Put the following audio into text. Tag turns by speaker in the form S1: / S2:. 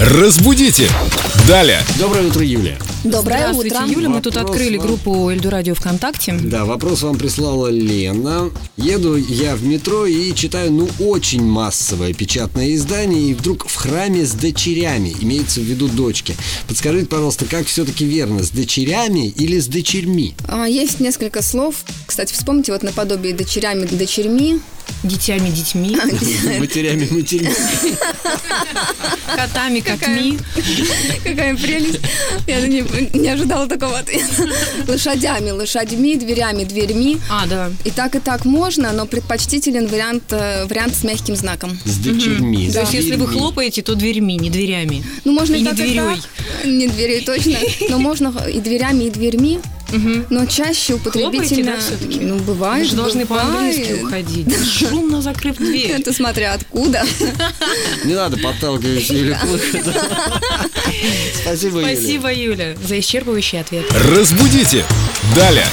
S1: Разбудите! Далее!
S2: Доброе утро, Юлия.
S3: Доброе
S4: Здравствуйте,
S3: утро.
S4: Юля. Мы тут
S2: Вопрос
S4: открыли
S2: вам.
S4: группу Эльдорадио ВКонтакте.
S2: Да, вопрос вам прислала Лена. Еду я в метро и читаю, ну, очень массовое печатное издание, и вдруг в храме с дочерями, имеется в виду дочки. Подскажите, пожалуйста, как все-таки верно, с дочерями или с дочерьми?
S3: А, Есть несколько слов. Кстати, вспомните, вот наподобие дочерями, дочерьми.
S4: Детьями, детьми,
S2: Матерями, матерями.
S4: котами, котми.
S3: Какая прелесть. Я не, не ожидала такого ответа. Лошадями, лошадьми, дверями, дверьми.
S4: А, да.
S3: И так, и так можно, но предпочтителен вариант, э, вариант с мягким знаком.
S2: С дочерьми.
S4: То есть, если вы
S2: хлоп
S4: хлопаете, то дверьми, не дверями.
S3: Ну, можно
S4: И
S3: и,
S4: не
S3: так,
S4: дверей.
S3: и так. Не дверей, точно. Но можно и дверями, и дверьми. Но чаще
S4: Хлопаете,
S3: употребительно...
S4: да, все-таки?
S3: ну, бывает,
S4: Вы же должны по-английски
S3: бывает.
S4: уходить. Шумно закрыв дверь.
S3: Это смотря откуда.
S2: Не надо подталкивать Юлю к выходу. Спасибо, Юля.
S4: Спасибо, Юля, за исчерпывающий ответ.
S1: Разбудите! Далее!